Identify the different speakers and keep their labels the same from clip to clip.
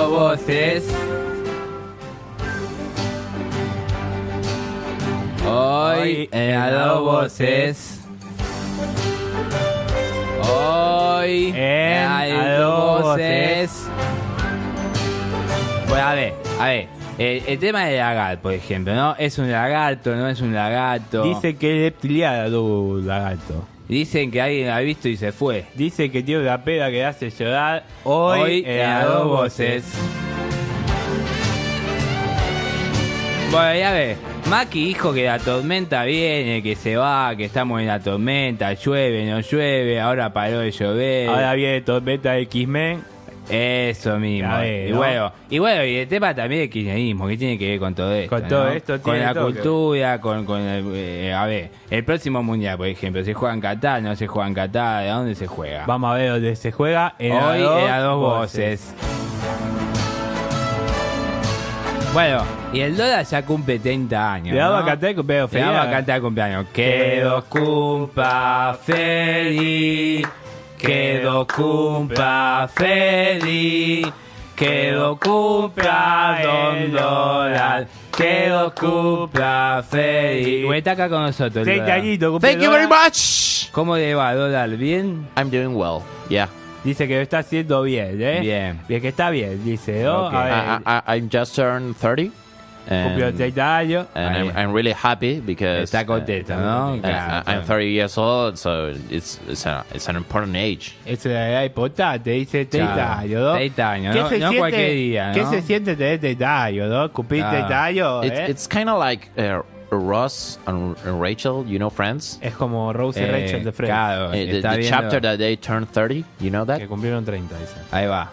Speaker 1: voces. Hoy eh, he dado voces. Hoy he dado voces. Bueno, a ver, a ver. El, el tema del lagarto, por ejemplo, ¿no? Es un lagarto, no es un lagarto.
Speaker 2: Dice que es reptiliano, lagarto.
Speaker 1: Dicen que alguien la ha visto y se fue.
Speaker 2: Dice que tiene una peda que le hace llorar. Hoy,
Speaker 1: eh, a dos voces. Bueno, ya ves. Maki dijo que la tormenta viene, que se va, que estamos en la tormenta, llueve, no llueve, ahora paró de llover.
Speaker 2: Ahora viene Tormenta X-Men.
Speaker 1: Eso mismo.
Speaker 2: A ver,
Speaker 1: y,
Speaker 2: ¿no?
Speaker 1: bueno, y bueno, y el tema también del kirchnerismo, que tiene que ver con todo esto.
Speaker 2: Con todo
Speaker 1: ¿no?
Speaker 2: esto
Speaker 1: Con
Speaker 2: tiene
Speaker 1: la
Speaker 2: todo que
Speaker 1: cultura, con, con el, eh, a ver, el próximo mundial, por ejemplo, se juega en Qatar, no se juega en Qatar, ¿a dónde se juega?
Speaker 2: Vamos a ver dónde se juega. En
Speaker 1: Hoy
Speaker 2: A Dos
Speaker 1: era dos voces. Bueno, y el dólar ya cumple 30 años.
Speaker 2: Le
Speaker 1: ¿no?
Speaker 2: damos a cantar con pedo
Speaker 1: Le
Speaker 2: feliz.
Speaker 1: vamos a cantar cumpleaños. Que dos cumpa feliz. Que dos cumpa feliz. Que dos cumpla don dólar. Que dos cumpla feliz. Bueno, está acá con nosotros. el
Speaker 2: 30
Speaker 1: dólar.
Speaker 2: añitos,
Speaker 3: Thank you very
Speaker 2: cumple dólar.
Speaker 3: much.
Speaker 1: ¿Cómo le va, dólar? ¿Bien?
Speaker 3: I'm doing well. Yeah.
Speaker 2: Dice que lo está haciendo bien, ¿eh?
Speaker 1: Bien.
Speaker 2: Bien, que está bien, dice. ¿no?
Speaker 1: Ok. Ah,
Speaker 2: A ver,
Speaker 3: I, I, I- I just turned 30.
Speaker 2: cumplió
Speaker 3: And,
Speaker 2: 30 años.
Speaker 3: and
Speaker 1: Ahí.
Speaker 3: I'm, I'm really happy because
Speaker 1: Está contento, ¿no?
Speaker 3: uh, I- I'm 30 years old, so it's it's, a, it's an important age.
Speaker 2: Es una edad importante, dice 30
Speaker 1: Claro,
Speaker 2: años, ¿no?
Speaker 1: 30 años, no- no cualquier día,
Speaker 2: ¿Qué
Speaker 1: ¿no?
Speaker 2: se siente tener 30 años, no? Cumplir
Speaker 1: Claro.
Speaker 2: 30
Speaker 1: Oh,
Speaker 2: años,
Speaker 3: It's,
Speaker 2: ¿eh?
Speaker 3: it's kind of like uh, Ross and, and Rachel, you know, friends.
Speaker 2: es como Rose y
Speaker 1: Eh,
Speaker 2: Rachel de Friends,
Speaker 1: Claro,
Speaker 3: Uh, the
Speaker 1: está
Speaker 3: the
Speaker 1: viendo-
Speaker 3: chapter that they turned 30, you know that?
Speaker 2: que cumplieron 30, dice.
Speaker 1: Ahí va.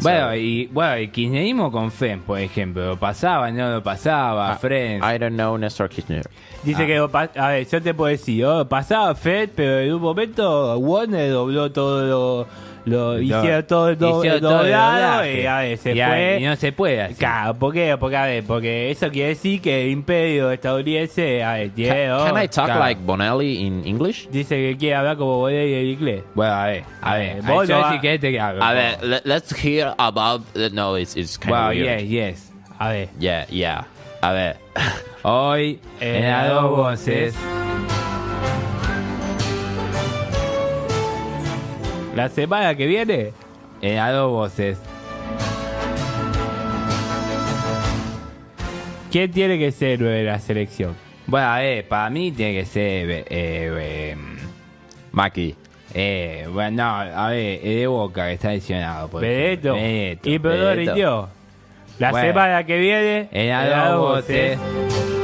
Speaker 1: Bueno, eh. y bueno, el kirchnerismo con FEM, por ejemplo, lo pasaba, no lo pasaba,
Speaker 3: Ah,
Speaker 1: Friends.
Speaker 3: I don't know Nestor Kirchner.
Speaker 2: Dice
Speaker 1: Ah.
Speaker 2: que, lo pas- a ver, yo te puedo decir, oh, pasaba Fed, pero en un momento Warner dobló todo lo. lo- hicieron todo el do-
Speaker 1: hicieron
Speaker 2: el
Speaker 1: todo el
Speaker 2: doblado
Speaker 1: doblaje.
Speaker 2: y a ver, se
Speaker 1: Y a-
Speaker 2: fue.
Speaker 1: y no se puede así.
Speaker 2: Claro, ¿por qué? Porque, a ver, porque eso quiere decir que el imperio estadounidense, a ver,
Speaker 3: Ca-
Speaker 2: tiene, oh,
Speaker 3: Can I talk
Speaker 1: Eh, claro.
Speaker 3: like Bonelli in English?
Speaker 2: dice que quiere hablar como vos y el inglés.
Speaker 1: Bueno, a ver, a ver.
Speaker 2: Eh, vos
Speaker 1: Ay, yo
Speaker 2: no va-
Speaker 1: sí que te hablo.
Speaker 3: A ver, let, let's hear about. Uh, no, it's, it's kind
Speaker 1: Wow,
Speaker 3: of weird.
Speaker 1: yes, yes.
Speaker 2: Eh, A ver.
Speaker 3: Yeah, yeah. A ver.
Speaker 1: Hoy en
Speaker 2: Eh,
Speaker 1: a dos voces.
Speaker 2: La semana que viene,
Speaker 1: En a dos voces.
Speaker 2: ¿quién tiene que ser héroe de la selección?
Speaker 1: Bueno, a ver, para mí tiene que ser. Eh, eh,
Speaker 3: Maki.
Speaker 1: eh, bueno, no, a ver, el de Boca que está lesionado. por ejemplo.
Speaker 2: Benedetto.
Speaker 1: Benedetto.
Speaker 2: Y Pedro
Speaker 3: Benedetto.
Speaker 2: rindió. La
Speaker 1: Bueno.
Speaker 2: semana que viene,
Speaker 1: En
Speaker 2: era
Speaker 1: a dos
Speaker 2: voces.
Speaker 1: voces.